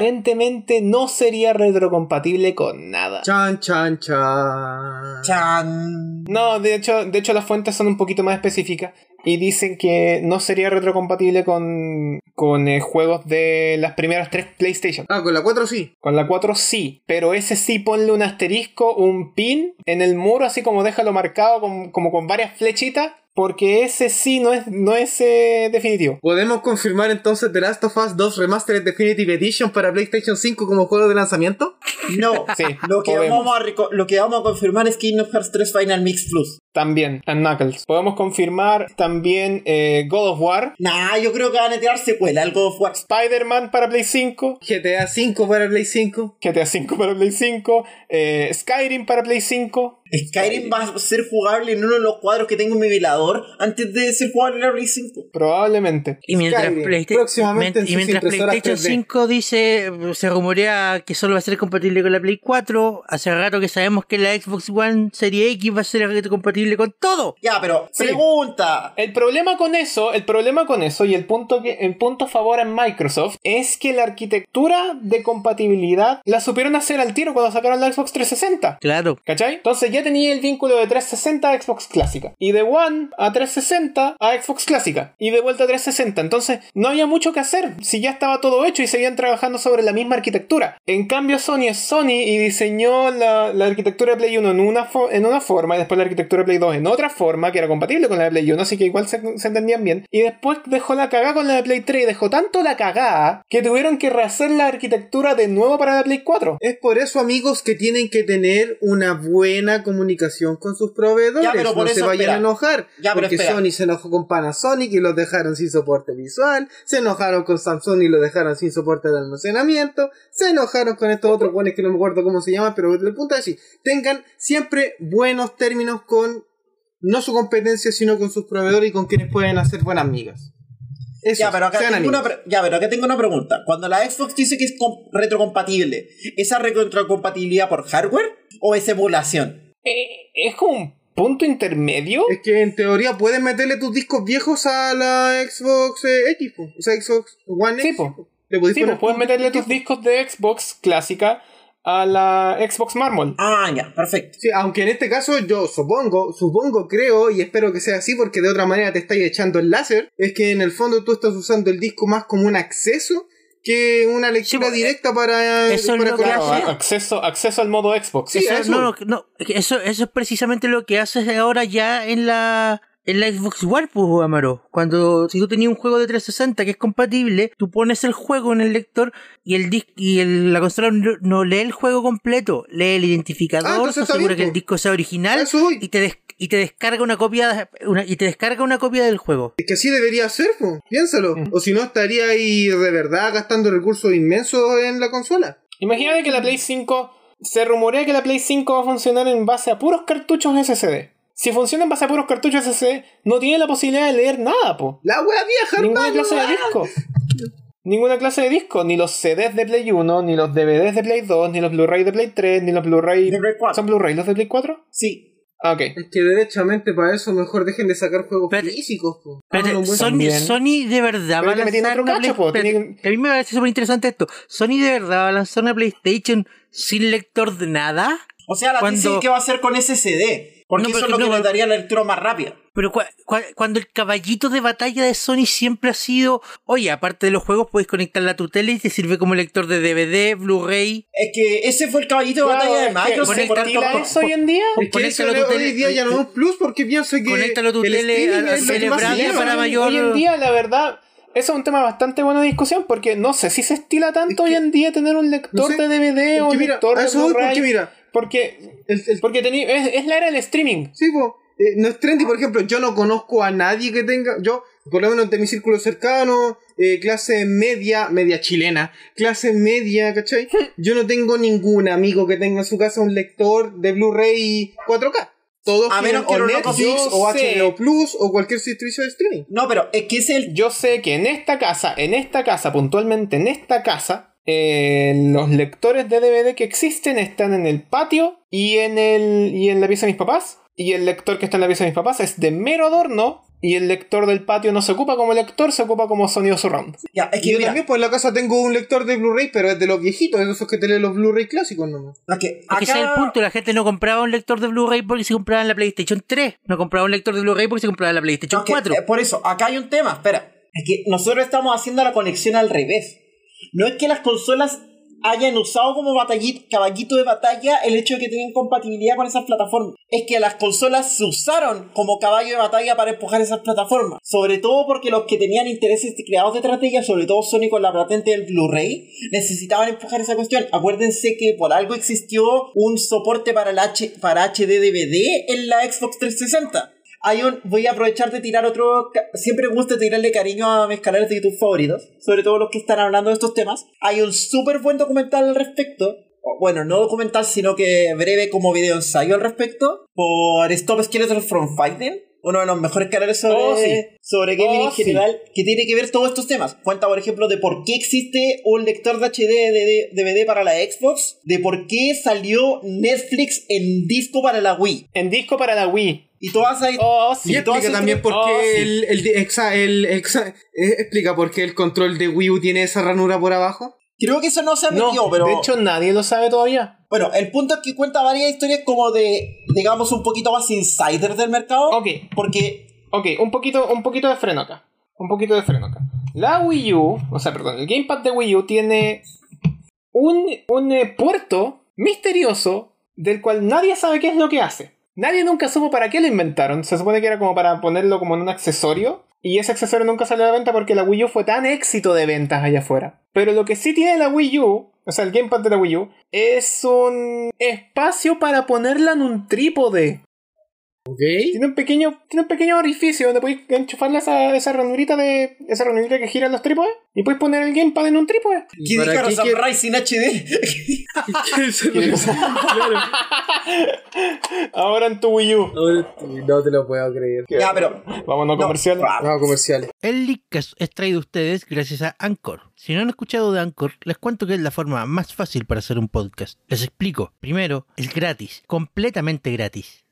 aparentemente no sería retrocompatible con nada. Chan, chan, chan. Chan. No, de hecho, de hecho las fuentes son un poquito más específicas y dicen que no sería retrocompatible con, con eh, juegos de las primeras tres PlayStation. Ah, con la 4 sí. Con la 4 sí, pero ese sí ponle un asterisco, un pin en el muro, así como déjalo marcado con- como con varias flechitas, porque ese sí no es, no es eh, definitivo. ¿Podemos confirmar entonces The Last of Us 2 Remastered Definitive Edition para PlayStation 5 como juego de lanzamiento? No. Sí, lo, que podemos. vamos a reco- lo que vamos a confirmar es Kingdom Hearts 3 Final Mix Plus. También, and Knuckles. Podemos confirmar también eh, God of War, Nah, yo creo que van a tirar secuela al God of War. Spider-Man para Play 5, GTA 5 para Play 5. GTA 5 para Play 5, eh, Skyrim para Play 5. Skyrim va a ser jugable en uno de los cuadros que tengo en mi velador antes de ser jugable en la Play 5. Probablemente. Y mientras, Skyrim, Playsta- próximamente en y sus mientras impresoras PlayStation 3D. 5 dice, se rumorea que solo va a ser compatible con la Play 4, hace rato que sabemos que la Xbox One Series X va a ser retrocompatible con todo. Ya, pero Sí. pregunta. El problema con eso, el problema con eso y el punto que el punto a favor en Microsoft es que la arquitectura de compatibilidad la supieron hacer al tiro cuando sacaron la Xbox 360. Claro. ¿Cachai? Entonces ya tenía el vínculo de 360 a Xbox clásica. Y de One a 360 a Xbox clásica. Y de vuelta a 360. Entonces no había mucho que hacer. Si ya estaba todo hecho y seguían trabajando sobre la misma arquitectura. En cambio Sony es Sony y diseñó la, la arquitectura de Play 1 en una, fo- en una forma. Y después la arquitectura de Play 2 en otra forma. Que era compatible con la de Play 1. Así que igual se, se entendían bien. Y después dejó la cagada con la de Play 3. Y dejó tanto la cagada que tuvieron que rehacer la arquitectura de nuevo para la Play 4. Es por eso, amigos, que tienen que tener una buena comunicación con sus proveedores. Ya, pero por no se eso, vayan espera. a enojar. Ya, pero porque espera. Sony se enojó con Panasonic y los dejaron sin soporte visual. Se enojaron con Samsung y los dejaron sin soporte de almacenamiento. Se enojaron con estos otros buenos que no me acuerdo cómo se llaman, pero el punto es así. Tengan siempre buenos términos con no su competencia, sino con sus proveedores y con quienes pueden hacer buenas migas. Eso, Ya pero, acá sean tengo amigos. una pre- ya, pero acá tengo una pregunta. Cuando la Xbox dice que es com- retrocompatible, ¿esa retrocompatibilidad por hardware o es emulación? Eh, es como un punto intermedio. Es que en teoría puedes meterle tus discos viejos a la Xbox eh, X, po. o sea, Xbox One Sí, X. po. Le podéis Sí, pues poner puedes tu- meterle tu- tus discos de Xbox clásica a la Xbox mármol. Ah, ya, perfecto. Sí, aunque en este caso yo supongo, supongo, creo y espero que sea así porque de otra manera te estáis echando el láser, es que en el fondo tú estás usando el disco más como un acceso que una lectura eh, pues, directa para, eso es para lo que Claro, conectar. a- hace. acceso, acceso al modo Xbox. Ah. Sí, eso, eso. No, no, no, eso, eso es precisamente lo que haces ahora ya en la en la Xbox One, pues, Amaro. Cuando, si tú tenías un juego de 360 que es compatible, tú pones el juego en el lector y el disc- y el- la consola no, no lee el juego completo, lee el Ah, identificador, entonces se está asegura bien, que el pues. disco sea original Eso voy. y te des- y te descarga una copia una- y te descarga una copia del juego. Es que así debería ser, po. piénsalo. Mm. O si no, estaría ahí de verdad gastando recursos inmensos en la consola. Imagínate que la Play 5. Se rumorea que la Play 5 va a funcionar en base a puros cartuchos SSD. Si funciona en base a puros cartuchos SSD, no tiene la posibilidad de leer nada, po. La wea vieja, Ninguna hermano. clase de weá. disco. Ninguna clase de disco. Ni los CDs de Play 1, ni los DVDs de Play 2, ni los Blu-ray de Play 3, ni los Blu-ray. De Play 4. ¿Son Blu-ray los de Play 4? Sí. Ah, ok. Es que derechamente para eso mejor dejen de sacar juegos Espérate. físicos, po. Espérate, Hagan un buen- Sony, también. Sony de verdad Pero va a le metí en lanzar otro una cacho, Play- po, espérate, tiene que A mí me parece súper interesante esto. Sony de verdad va a lanzar una PlayStation sin lector de nada. O sea, la Cuando- tesis que va a hacer con SSD. Porque No, pero eso es que lo que no- le daría la lectura más rápida. Pero cua- cua- cuando el caballito de batalla de Sony siempre ha sido, oye, aparte de los juegos, puedes conectarla a tu tele y te sirve como lector de DVD, Blu-ray. Es que ese fue el caballito de Claro, batalla de es que Microsoft. conectar porque- ¿Tila con- eso hoy en día? Es que eso conéctalo a tu hoy tele- día ya no es un plus porque pienso que. Conéctalo a tu el tele, streaming a- a es lo que más celebrar sirve. para hoy- mayor- Hoy en día, la verdad, eso es un tema bastante bueno de discusión porque no sé si se estila tanto hoy en día tener un lector no sé. de DVD Es o que un mira, lector a de eso voy porque Blu-ray. mira, Porque, el- el- porque teni- es, es la era del streaming. Sí, po. Eh, no es trendy, por ejemplo, yo no conozco a nadie que tenga, yo, por lo menos de mi círculo cercano, eh, clase media, media chilena, clase media, ¿cachai? Yo no tengo ningún amigo que tenga en su casa un lector de Blu-ray 4K. Todos A tienen menos que o lo Netflix loco- o yo sé. HBO Plus o cualquier servicio de streaming. No, pero es que ese es el. Yo sé que en esta casa, en esta casa, puntualmente en esta casa, eh, los lectores de DVD que existen están en el patio y en, el, y en la pieza de mis papás. Y el lector que está en la pieza de mis papás es de mero adorno. Y el lector del patio no se ocupa como lector, se ocupa como sonido surround. Ya, es que yo mira, también, pues en la casa tengo un lector de Blu-ray, pero es de los viejitos, de esos que te leen los Blu-ray clásicos nomás. es que Porque ese es el acá- punto, la gente no compraba un lector de Blu-ray porque se compraba en la PlayStation 3, no compraba un lector de Blu-ray porque se compraba en la PlayStation No, que- 4. eh, por eso, acá hay un tema, espera. Es que nosotros estamos haciendo la conexión al revés. No es que las consolas hayan usado como batallit- caballito de batalla el hecho de que tenían compatibilidad con esas plataformas. Es que las consolas se usaron como caballo de batalla para empujar esas plataformas. Sobre todo porque los que tenían intereses creados detrás de ellas, sobre todo Sony con la patente del Blu-ray, necesitaban empujar esa cuestión. Acuérdense que por algo existió un soporte para, el H para HD DVD en la Xbox 360. Hay un, voy a aprovechar de tirar otro. ca- Siempre me gusta tirarle cariño a mis canales de YouTube favoritos, sobre todo los que están hablando de estos temas. Hay un súper buen documental al respecto. o, Bueno, no documental, sino que breve como video ensayo al respecto. Por Stop Skeleton from Fighting. Uno de los mejores canales sobre, Oh, sí. sobre gaming Oh, en sí. general, que tiene que ver todos estos temas. Cuenta, por ejemplo, de por qué existe un lector de HD de DVD para la Xbox, de por qué salió Netflix en disco para la Wii. En disco para la Wii. Y todas ahí. Oh, sí. Y explica entonces también tú- por qué oh, sí. el, el de- exa- el exa- eh, explica por qué el control de Wii U tiene esa ranura por abajo. Creo que eso no se ha No, metido, pero. de hecho nadie lo sabe todavía. bueno, el punto es que cuenta varias historias como de, digamos, un poquito más insider del mercado. Ok. Porque. Ok, un poquito, un poquito de freno acá. Un poquito de freno acá. La Wii U, o sea, perdón, el Gamepad de Wii U tiene un, un eh, puerto misterioso del cual nadie sabe qué es lo que hace. Nadie nunca supo para qué lo inventaron. Se supone que era como para ponerlo como en un accesorio. Y ese accesorio nunca salió a la venta porque la Wii U fue tan éxito de ventas allá afuera. Pero lo que sí tiene la Wii U, o sea, el Gamepad de la Wii U, es un espacio para ponerla en un trípode. ¿Ok? Tiene un pequeño, tiene un pequeño orificio donde podéis enchufarle esa, esa ranurita de. esa ranurita que gira los trípodes y podéis poner el gamepad en un trípode. ¿Y ¿Qué para dijeron qué Samurai quiere- sin HD? Ahora en tu Wii U. No te lo puedo creer. ya, pero. Vámonos no, comercial. ah, No, comerciales. El Leadcast es traído a ustedes gracias a Anchor. Si no han escuchado de Anchor, les cuento que es la forma más fácil para hacer un podcast. Les explico. Primero, es gratis, completamente gratis.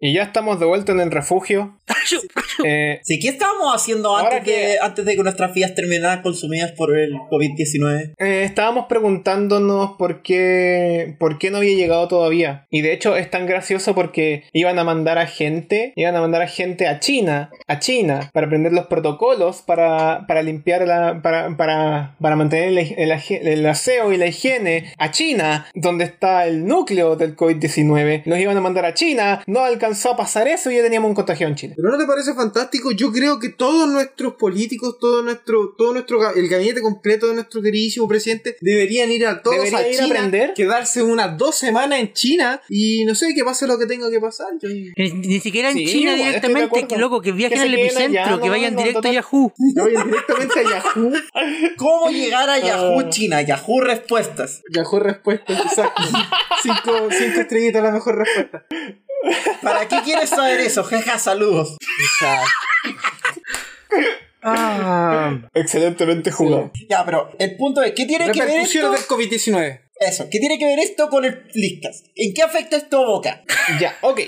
Y ya estamos de vuelta en el refugio. Eh, Sí, ¿qué estábamos haciendo Ahora antes, de, que- antes de que nuestras vidas terminaran consumidas por el COVID-19? Eh, estábamos preguntándonos por qué, por qué no había llegado todavía. Y de hecho es tan gracioso porque iban a mandar a gente, iban a mandar a gente a China, a China, para aprender los protocolos, para, para limpiar la, para, para, para mantener el, el aje- el aseo y la higiene a China, donde está el núcleo del COVID-19. Los iban a mandar a China, no alcanzó a pasar eso y ya teníamos un contagio en China. ¿Pero no te parece fantástico? Yo creo que todos nuestros políticos, todo nuestro, todo nuestro, ga- el gabinete completo de nuestro queridísimo presidente deberían ir a todos Deberían a ir a China, aprender. quedarse unas dos semanas en China y no sé, que pase lo que tenga que pasar. Yo- Ni, Eh, ni siquiera en Sí, igual, China estoy de directamente, acuerdo. que loco, que viajen Que se al queden allá, epicentro, que no, vayan no, directo total. a Yahoo. yo voy directamente a Yahoo, ¿Cómo llegar a Yahoo China? Yahoo Respuestas. Yahoo respuesta, exacto. Cinco, cinco estrellitas la mejor respuesta. ¿Para qué quieres saber eso? Jeja, saludos. Ah, Excelentemente jugado. Ya, pero el punto es, ¿qué tiene que ver esto? Repercusiones del COVID-19. Eso, ¿qué tiene que ver esto con el listas? ¿En qué afecta esto a Boca? Ya, ok.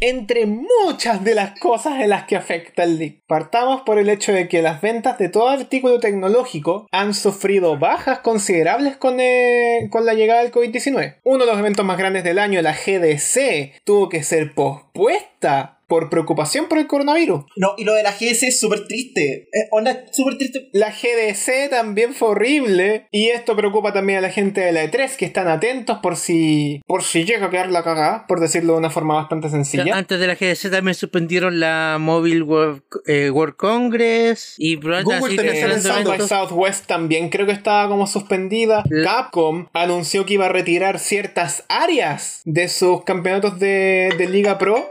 Entre muchas de las cosas en las que afecta el leak, partamos por el hecho de que las ventas de todo artículo tecnológico han sufrido bajas considerables con, eh, con la llegada del COVID-19. Uno de los eventos más grandes del año, la GDC, tuvo que ser pospuesta por preocupación por el coronavirus. No, y lo de la GS es súper triste. Eh, onda, es súper triste. La GDC también fue horrible y esto preocupa también a la gente de la E3 que están atentos por si por si llega a quedar la cagada, por decirlo de una forma bastante sencilla. antes de la GDC también suspendieron la Mobile World, eh, World Congress y probablemente Google así también Eh, está cancelando South by eventos. Southwest también creo que estaba como suspendida. L- Capcom anunció que iba a retirar ciertas áreas de sus campeonatos de, de Liga Pro.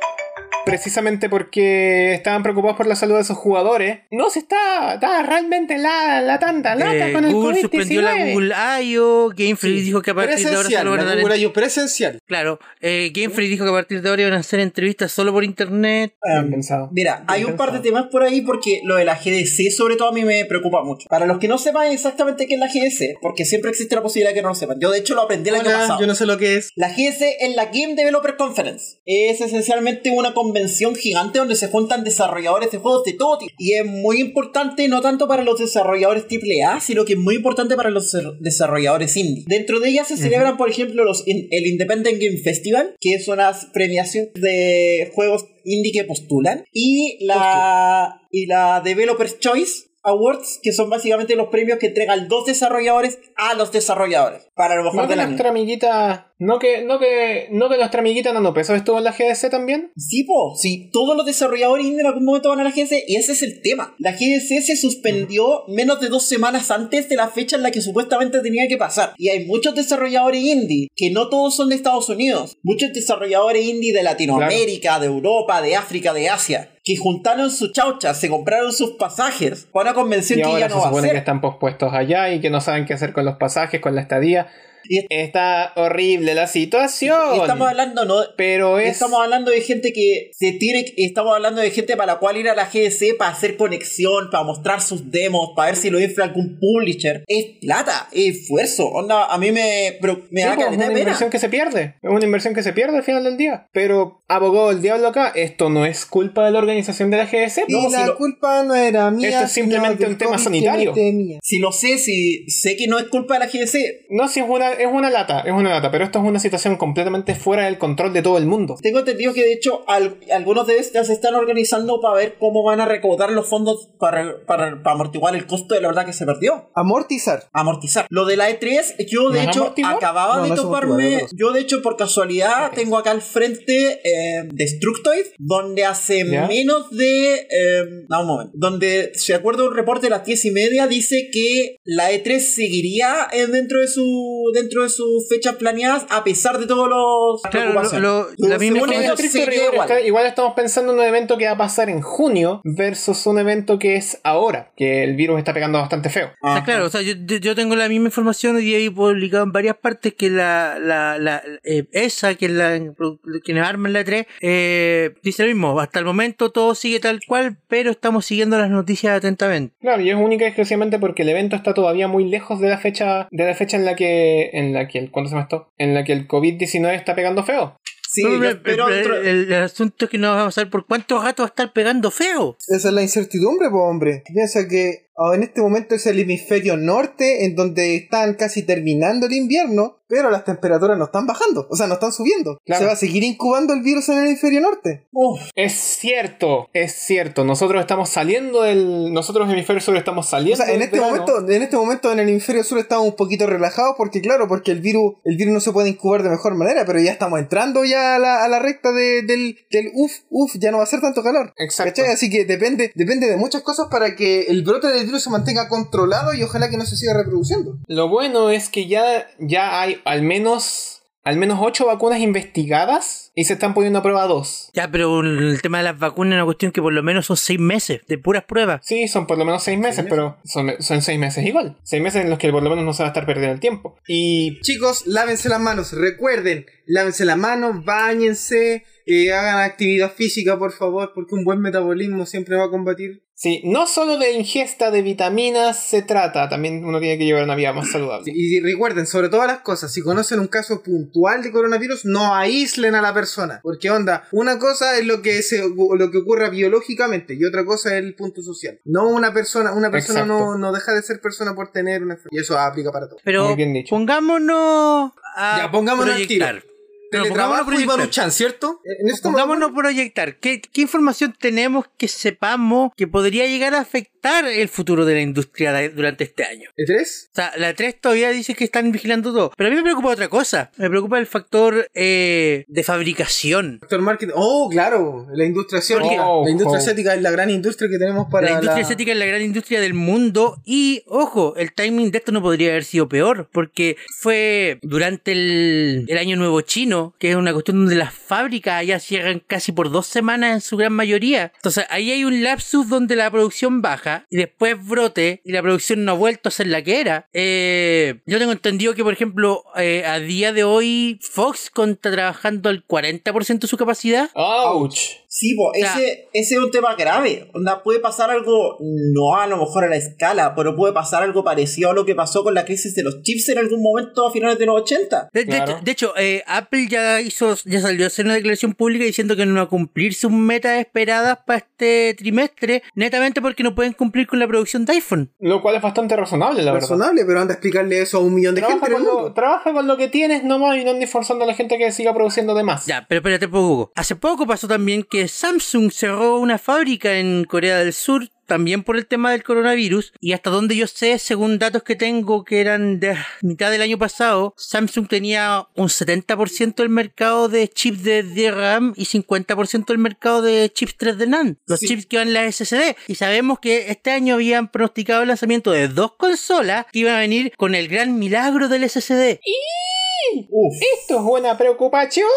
Precisamente porque estaban preocupados por la salud de sus jugadores. No, se está, está realmente la, la tanta lata Eh, con el Google COVID-19. suspendió la Google I.O. Game Freak dijo que a partir de ahora se Presencial, lo van a la dar en- Google I.O. presencial. Claro, eh, Game Freak dijo que a partir de ahora iban a hacer entrevistas solo por internet. Bien Em, pensado. Mira, Bien hay un par de pensado. temas por ahí porque lo de la GDC sobre todo a mí me preocupa mucho. Para los que no sepan exactamente qué es la GDC, porque siempre existe la posibilidad que no lo sepan. Yo de hecho lo aprendí el año Hola, pasado. yo no sé lo que es. La GDC es la Game Developer Conference. Es esencialmente una convención gigante donde se juntan desarrolladores de juegos de todo tipo. Y es muy importante no tanto para los desarrolladores AAA, sino que es muy importante para los ser- desarrolladores indie. Dentro de ella se celebran, por ejemplo, los in- el Independent Game Festival, que es unas premiaciones de juegos indie que postulan. Y la, y la Developer's Choice, Awards, que son básicamente los premios que entregan los desarrolladores a los desarrolladores. Para lo mejor No que del año. nuestra amiguita. No que, no que, no que nuestra amiguita Nano Peso estuvo en la GDC también. Sí, po, sí, todos los desarrolladores indie en algún momento van a la GDC y ese es el tema. La GDC se suspendió menos de dos semanas antes de la fecha en la que supuestamente tenía que pasar. Y hay muchos desarrolladores indie, que no todos son de Estados Unidos, muchos desarrolladores indie de Latinoamérica, de Europa, de África, de Asia, que juntaron sus chauchas, se compraron sus pasajes para una convención Y que ahora ya se no va a supone ser. que están pospuestos allá y que no saben qué hacer con los pasajes, con la estadía. Y- Está horrible la situación. Y estamos hablando no, pero es. Pues Estamos hablando de gente que se tiene. Estamos hablando de gente para la cual ir a la GDC para hacer conexión, para mostrar sus demos, para ver si lo infla algún publisher. Es plata, es esfuerzo. Onda, a mí me, pero me Sí, da pues, es caleta una de pena. inversión que se pierde. Es una inversión que se pierde al final del día. Pero abogado del diablo acá, esto no es culpa de la organización de la GDC. No, y si la lo- culpa no era mía. Esto es sino simplemente del un tema COVID que sanitario. me tenía. Si lo sé, si sé que no es culpa de la GDC. No, si es una, es una lata, es una lata, pero esto es una situación completamente fuera del control de todo el mundo. Tengo entendido que de hecho al- algunos de estas se están organizando para ver cómo van a recaudar los fondos para, para, para amortiguar el costo de la verdad que se perdió. Amortizar. amortizar. Lo de la E3, yo de ¿No es hecho amortiguar? acababa No, de no es amortiguar, toparme. es otra cosa. yo de hecho por casualidad tengo acá al frente eh, Destructoid, donde hace ¿Ya? menos de... eh, no, un momento. Donde se E acuerda un reporte de las 10 y media, dice que la E3 seguiría eh, dentro de su... dentro de sus fechas planeadas, a pesar de todos los. las Claro, lo- preocupaciones. lo- la misma según Bueno, En ellos, estricto seguía rigor, igual. está- igual estamos pensando en un evento que va a pasar en junio versus un evento que es ahora, que el virus está pegando bastante feo. O sea, Ah. claro, o sea, yo, yo- yo tengo la misma información hoy día he publicado en varias partes que la, la, la- eh, esa, que es la quienes arman la 3, eh, dice lo mismo, hasta el momento todo sigue tal cual, pero estamos siguiendo las noticias atentamente. Claro, y es única y exclusivamente porque el evento está todavía muy lejos de la fecha, de la fecha en la que, en la que, el- ¿cuándo se me esto? En la que el COVID-19 está pegando feo. Sí, Pero yo el- espero el, dentro- el- el asunto es que no vamos a saber por cuántos gatos va a estar pegando feo. Esa es la incertidumbre, pues hombre. Piensa que ah, en este momento es el hemisferio norte, en donde están casi terminando el invierno, pero las temperaturas no están bajando, o sea, no están subiendo. Claro. Se va a seguir incubando el virus en el hemisferio norte. Uf, Es cierto, es cierto. Nosotros estamos saliendo del. Nosotros, hemisferio sur, estamos O saliendo sea, en del este verano. momento, en este momento en el hemisferio sur estamos un poquito relajados porque claro, porque el virus, el virus no se puede incubar de mejor manera, pero ya estamos entrando ya a la, a la recta de- del, del uf, uf, ya no va a ser tanto calor. Exacto. ¿Cachai? Así que depende, depende de muchas cosas para que el brote del virus se mantenga controlado y ojalá que no se siga reproduciendo. Lo bueno es que ya, ya hay al menos. Al menos 8 vacunas investigadas y se están poniendo a prueba dos. Ya, pero el tema de las vacunas es una cuestión que por lo menos son seis meses de puras pruebas. Sí, son por lo menos seis meses, meses? pero son, son seis meses igual. Seis meses en los que por lo menos no se va a estar perdiendo el tiempo. Y Chicos, lávense las manos, recuerden, lávense las manos, bañense, eh, hagan actividad física por favor, porque un buen metabolismo siempre va a combatir. sí, no solo de ingesta de vitaminas se trata, también uno tiene que llevar una vida más saludable. Y recuerden, sobre todas las cosas, si conocen un caso puntual de coronavirus, no aíslen a la persona. Porque onda, una cosa es lo que se, lo que ocurra biológicamente y otra cosa es el punto social. No una persona, una persona Exacto. no, no deja de ser persona por tener una enfermedad. Y eso aplica para todo. Pero Muy bien dicho. pongámonos a Ya, pongámonos al tiro. proyectar. No, pongámonos a Teletrabajo y proyectar. Eh, Baruchan, ¿cierto? En este esto me- Pongámonos a proyectar. ¿Qué, qué información tenemos que sepamos que podría llegar a afectar el futuro de la industria de- durante este año? ¿Eh, ¿Tres? O sea, la 3 todavía dice que están vigilando todo. Pero a mí me preocupa otra cosa. Me preocupa el factor eh, de fabricación. Factor marketing. Oh, claro, la industria asiática. Ojo. la industria asiática es la gran industria que tenemos para la industria asiática es la gran industria del mundo y, ojo, el timing de esto no podría haber sido peor porque fue durante el, el año nuevo chino, que es una cuestión donde las fábricas allá cierran casi por dos semanas en su gran mayoría. Entonces ahí hay un lapsus donde la producción baja y después brote y la producción no ha vuelto a ser la que era. Eh, yo tengo entendido que, por ejemplo, eh, a día de hoy Fox está trabajando al 40% de su capacidad. ¡Auch! Sí, po, sea- ese, ese es un tema grave. Onda, puede pasar algo, no a lo mejor a la escala, pero puede pasar algo parecido a lo que pasó con la crisis de los chips en algún momento a finales de los 80. De, de Claro. hecho- de hecho, eh, Apple ya hizo, ya salió a hacer una declaración pública diciendo que no va a cumplir sus metas esperadas para este trimestre, netamente porque no pueden cumplir con la producción de iPhone. Lo cual es bastante razonable, la verdad. razonable, pero anda a explicarle eso a un millón de Trabaja gente en el con, lo, mundo. trabaja con lo que tienes nomás y no andes forzando a la gente que siga produciendo de más. Ya, pero espérate un poco. Hugo. Hace poco pasó también que Samsung cerró una fábrica en Corea del Sur, también por el tema del coronavirus, y hasta donde yo sé, según datos que tengo que eran de mitad del año pasado, Samsung tenía un 70% del mercado de chips de DRAM y 50% del mercado de chips 3D NAND, los Sí. chips que van en la SSD. Y sabemos que este año habían pronosticado el lanzamiento de dos consolas que iban a venir con el gran milagro del SSD. Uf. Esto es buena preocupación.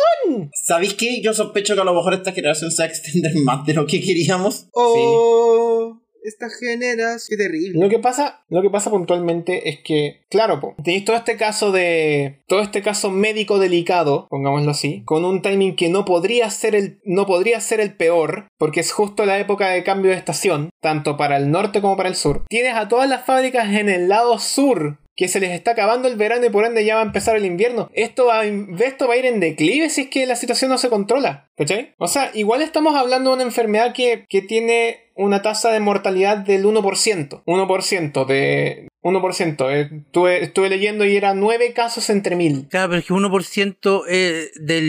¿Sabéis qué? Yo sospecho que a lo mejor esta generación se va a extender más de lo que queríamos. Oh, estas generas. Qué terrible. Lo que pasa, lo que pasa puntualmente es que, claro, po, tenéis todo este caso de, todo este caso médico delicado, pongámoslo así, con un timing que no podría ser el, no podría ser el peor, porque es justo la época de cambio de estación, tanto para el norte como para el sur. Tienes a todas las fábricas en el lado sur. Que se les está acabando el verano y por ende ya va a empezar el invierno. Esto va, esto va a ir en declive si es que la situación no se controla. ¿Cachai? O sea, igual estamos hablando de una enfermedad que, que tiene una tasa de mortalidad del 1%. 1% de... 1%. eh, estuve, estuve leyendo y era 9 casos entre 1000. Claro, pero es que 1% eh, de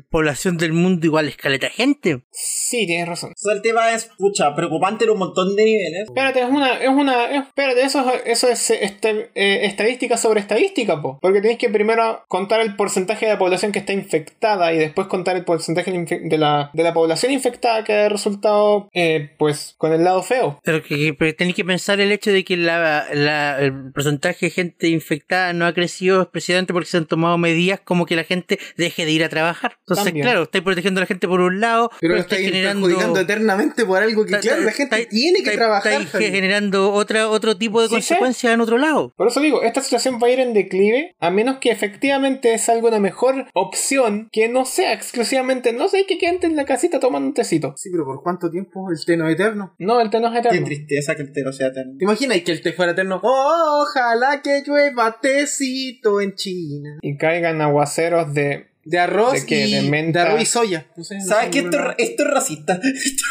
la población del mundo igual es caleta de gente. Sí, tienes razón. O sea, el tema es, pucha, preocupante en un montón de niveles. Espérate, es una... Es una es- espérate, eso, es- eso es eh, este, eh, estadística sobre estadística, po. Porque tenés que primero contar el porcentaje de la población que está infectada y después contar el porcentaje porcentaje de, infe- de la, de la población infectada que ha resultado eh, pues con el lado feo. Pero que, que- pero tenéis que pensar el hecho de que la, la- el porcentaje de gente infectada no ha crecido precisamente porque se han tomado medidas como que la gente deje de ir a trabajar. Entonces, También. claro, estáis protegiendo a la gente por un lado, Pero lo estáis perjudicando eternamente por algo que, está- claro, la está- gente está- tiene que está- trabajar. está Javier. generando otra, otro tipo de Sí, sí. consecuencias en otro lado. Por eso digo, esta situación va a ir en declive a menos que efectivamente salga una mejor opción que no sea exclusivamente, no sé, que quede en la casita tomando un tecito. Sí, pero ¿por cuánto tiempo el té no es eterno? No, el té no es Qué eterno. tristeza que el tero sea tan. ¿Te imaginas que el té fuera eterno? Oh, ojalá que llueva tecito en China. Y caigan aguaceros de... De arroz ¿De qué? y ¿De menta? arroz y soya. No sé, no ¿Sabes sé, que esto, no- esto es racista?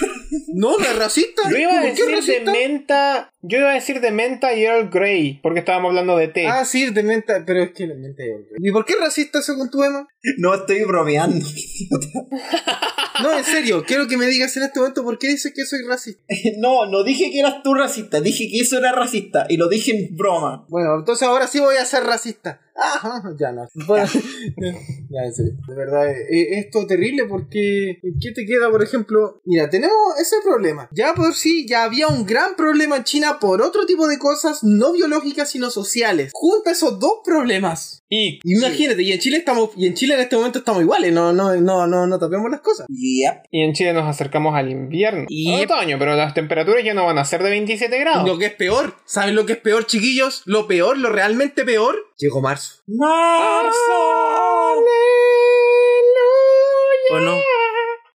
No, no es racista. Yo iba a ¿Por qué es decir de racista? menta... Yo iba a decir de menta y Earl Grey, porque estábamos hablando de té. Ah, sí, de menta, pero es que la menta es horrible. ¿Y por qué es racista según tu Emma? No estoy bromeando. No, en serio, quiero que me digas en este momento por qué dices que soy racista. No, no dije que eras tú racista, dije que eso era racista y lo dije en broma. Bueno, entonces ahora sí voy a ser racista. Ajá, ya no. Bueno, ya, en serio. De verdad, eh, eh, esto terrible porque eh, ¿qué te queda, por ejemplo? Mira, tenemos ese problema. Ya por sí, ya había un gran problema en China por otro tipo de cosas no biológicas, sino sociales. Junta esos dos problemas. Y Imagínate, y en Chile estamos, y en Chile en este momento estamos iguales, no, no, no, no, no tapemos las cosas. Yep. Y en Chile nos acercamos al invierno. Y- Al otoño, pero las temperaturas ya no van a ser de 27 grados. Lo que es peor, ¿saben lo que es peor, chiquillos? Lo peor, lo realmente peor, llegó marzo. Ah, Marzo. ¿O no?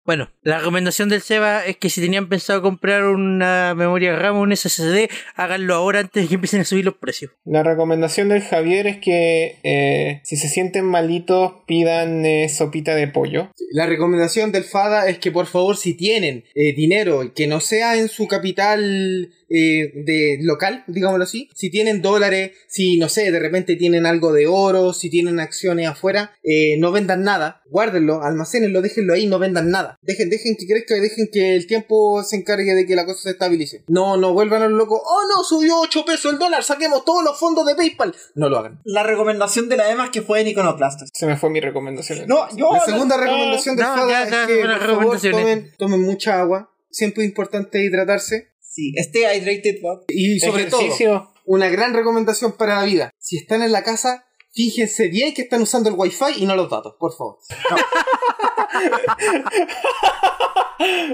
Bueno, la recomendación del Seba es que si tenían pensado comprar una memoria RAM o un SSD, háganlo ahora antes de que empiecen a subir los precios. La recomendación del Javier es que eh, si se sienten malitos pidan eh, sopita de pollo. La recomendación del FADA es que por favor si tienen eh, dinero que no sea en su capital eh, de local, digámoslo así, si tienen dólares, si no sé, de repente tienen algo de oro, si tienen acciones afuera, eh, no vendan nada, guárdenlo, almacénenlo, déjenlo ahí, no vendan nada. Dejen, dejen que crezca y dejen que el tiempo se encargue de que la cosa se estabilice. No, no vuelvan a los locos, oh no, subió 8 pesos el dólar, saquemos todos los fondos de PayPal. No lo hagan. La recomendación de la EMA es que jueguen iconoplastas. Se me fue mi recomendación. No, yo. La segunda recomendación del No, Fada ya, ya, es que buenas por favor, recomendaciones. tomen, tomen mucha agua. Siempre es importante hidratarse. Sí, este hydrated Bob. Y sobre todo, Ejercicio. una gran recomendación para la vida. Si están en la casa, fíjense bien que están usando el wifi y no los datos, por favor.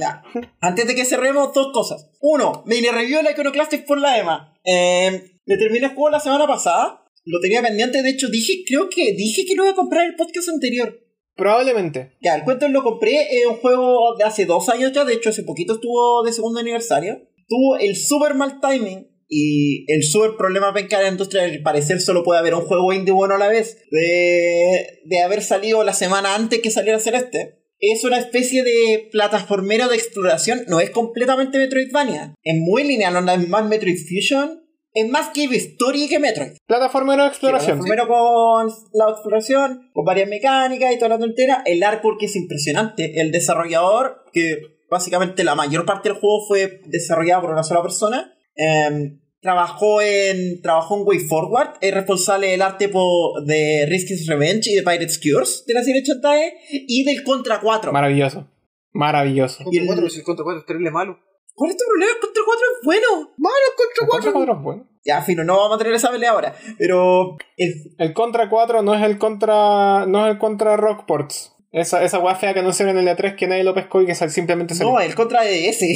Ya. Antes de que cerremos, dos cosas. Uno, me review de la Iconoclastic por la EMA. Eh, me terminé el juego la semana pasada. Lo tenía pendiente, de hecho dije, creo que dije que lo iba a comprar el podcast anterior. Probablemente. Ya, el cuento lo compré, es un juego de hace dos años ya, de hecho hace poquito estuvo de segundo aniversario. Tuvo el super mal timing y el super problema penca de la industria, al parecer solo puede haber un juego indie bueno a la vez, de, de haber salido la semana antes que saliera Celeste. Es una especie de plataformero de exploración, no es completamente Metroidvania, es muy lineal, no es más Metroid Fusion, es más que Story que Metroid. Plataformero de exploración. Primero con la exploración, con varias mecánicas y toda la tontera. El artwork es impresionante. El desarrollador, que básicamente la mayor parte del juego fue desarrollado por una sola persona, em, trabajó en trabajó en Way Forward. Es responsable del arte po- de Risk is Revenge y de Pirate's Cures de la serie Chantae y del Contra 4. Maravilloso. Maravilloso. Y el- Contra 4, si el contra 4 es terrible malo. ¿Cuál es tu problema? El Contra 4 es bueno. El Contra 4 es bueno. Ya, fino, no vamos a tener esa pelea ahora. Pero el, El Contra 4 no es el Contra. No es el Contra Rockports. Esa, esa guay fea que anunciaron en el E3 que nadie lo pescó y que sal- simplemente salió. no, el Contra de ese.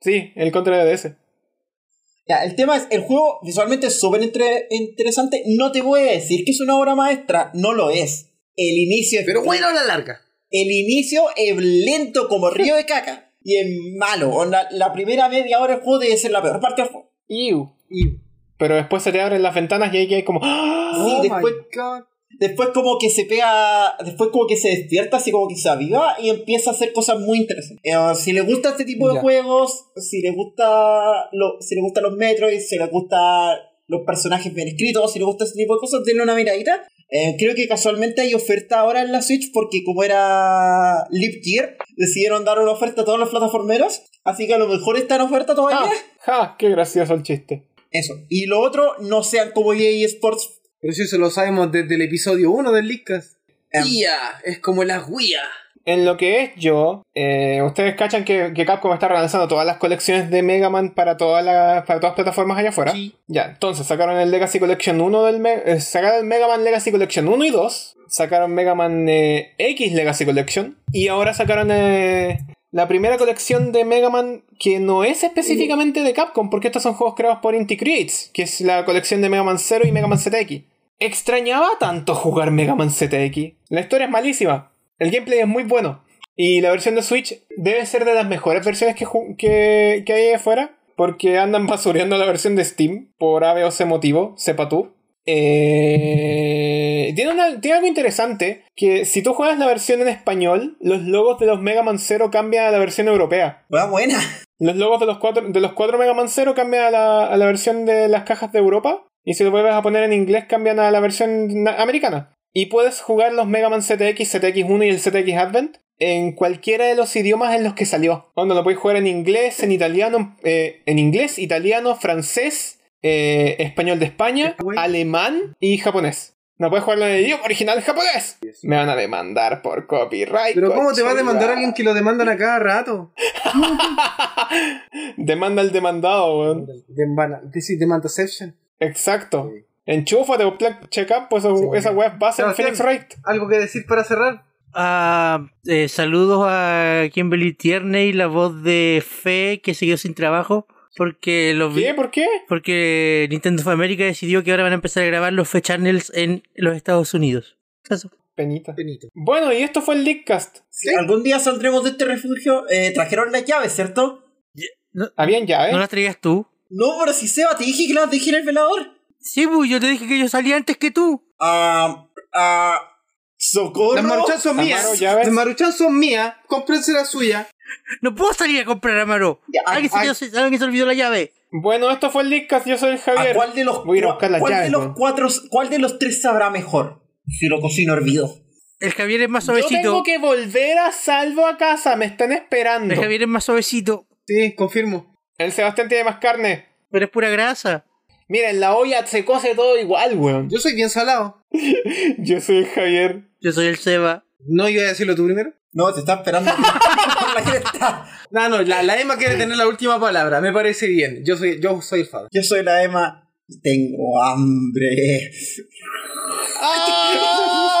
Sí, el Contra de DS. Ya, el tema es, el juego visualmente es súper entre- interesante. No te voy a decir que es una obra maestra, no lo es. El inicio es, Pero bueno a la larga. el inicio es lento como río de caca. Y es malo. onda, la primera media hora del juego debe ser la peor parte del juego. Iu. Y Pero después se te abren las ventanas y ahí que hay como. ¡Ah! Sí, oh después- my God. Después como que se pega, después como que se despierta, así como que se aviva y empieza a hacer cosas muy interesantes. Eh, si les gusta este tipo de Ya. juegos, si les gusta lo- si les gustan los Metroid, si les gusta los personajes bien escritos, si les gusta ese tipo de cosas, denle una miradita. Eh, creo que casualmente hay oferta ahora en la Switch porque como era Leap Year, decidieron dar una oferta a todos los plataformeros, así que a lo mejor está en oferta todavía. ¡Ja! ¡Ja! ¡Qué gracioso el chiste! Eso. Y lo otro, no sean como EA Sports. Pero si eso lo sabemos desde el episodio 1 del Leadcast. Em. Guía, es como las guías. en lo que es yo, eh, ustedes cachan que, que Capcom está relanzando todas las colecciones de Mega Man para, todas las para todas las plataformas allá afuera. Sí. Ya, entonces sacaron el Legacy Collection 1 del Me- eh, sacaron el Mega Man Legacy Collection 1 y 2, sacaron Mega Man eh, X Legacy Collection y ahora sacaron eh, la primera colección de Mega Man que no es específicamente de Capcom, porque estos son juegos creados por Inti Creates, que es la colección de Mega Man 0 y Mega Man ZX. Extrañaba tanto jugar Mega Man ZX. La historia es malísima, el gameplay es muy bueno. Y la versión de Switch debe ser de las mejores versiones que, ju- que, que hay ahí afuera. Porque andan basureando la versión de Steam por A, B o C motivo, sepa tú. Eh, tiene, una- tiene algo interesante, que si tú juegas la versión en español, los logos de los Mega Man Zero cambian a la versión europea. Buena, buena. Los logos de los cuatro, de los cuatro Mega Man Zero cambian a la, a la versión de las cajas de Europa. Y si lo vuelves a poner en inglés, cambian a la versión na- americana. Y puedes jugar los Mega Man ZX, ZX1 y el ZX Advent en cualquiera de los idiomas en los que salió. Onda, lo puedes jugar en inglés, en italiano, eh, en inglés, italiano, francés, eh, español de España, Ah, güey. alemán y japonés. No puedes jugarlo en el idioma original japonés. Me van a demandar por copyright. Pero ¿cómo te va a demandar conchetumare. alguien que lo demandan a cada rato? Demanda al demandado, weón. Demanda, sí, demandaception. Exacto. Enchúfate, o plan check-up, pues esa- esa weá es base en Sebastián. Phoenix Wright. ¿Algo que decir para cerrar? Ah, eh, saludos a Kimberly Tierney, la voz de Fe, que siguió sin trabajo. Porque los vi. ¿Qué? ¿Por qué? Porque Nintendo of America decidió que ahora van a empezar a grabar los Fe Channels en los Estados Unidos. Eso. Penita. Benito. Bueno, y esto fue el Leakcast. Si algún día saldremos de este refugio, eh, trajeron las llaves, ¿cierto? Habían llaves. ¿No las traías tú? No, pero si Seba, te dije que las dejé en el velador. Sí, pues yo te dije que yo salí antes que tú. Ah, ah, socorro. Las maruchan son Amaro, mías. llaves. Las maruchan son mías. Cómprense la suya. No puedo salir a comprar Amaro. Ya, Alguien se, ay, quedó- se- alguien se olvidó la llave. Bueno, esto fue el Leakcast. Yo soy el ¿A Javier. Ah, cuál de los, Voy a ir a cua- buscar las cuál de llaves, los weón. cuatro, cuál de los tres sabrá mejor? Si lo cocino hervido. El Javier es más Yo tengo suavecito. que volver a salvo a casa. Me están esperando. El Javier es más suavecito. Sí, confirmo. El Sebastián tiene más carne. Pero es pura grasa. Miren, la olla se cose todo igual, weón. Yo soy bien salado. Yo soy el Javier. Yo soy el Seba. ¿No iba a decirlo tú primero? No, te está esperando. La cresta. No, no, la, la Emma quiere tener la última palabra. Me parece bien. Yo soy, yo soy el fan. Yo soy la Emma. y Tengo hambre. ¡Ah!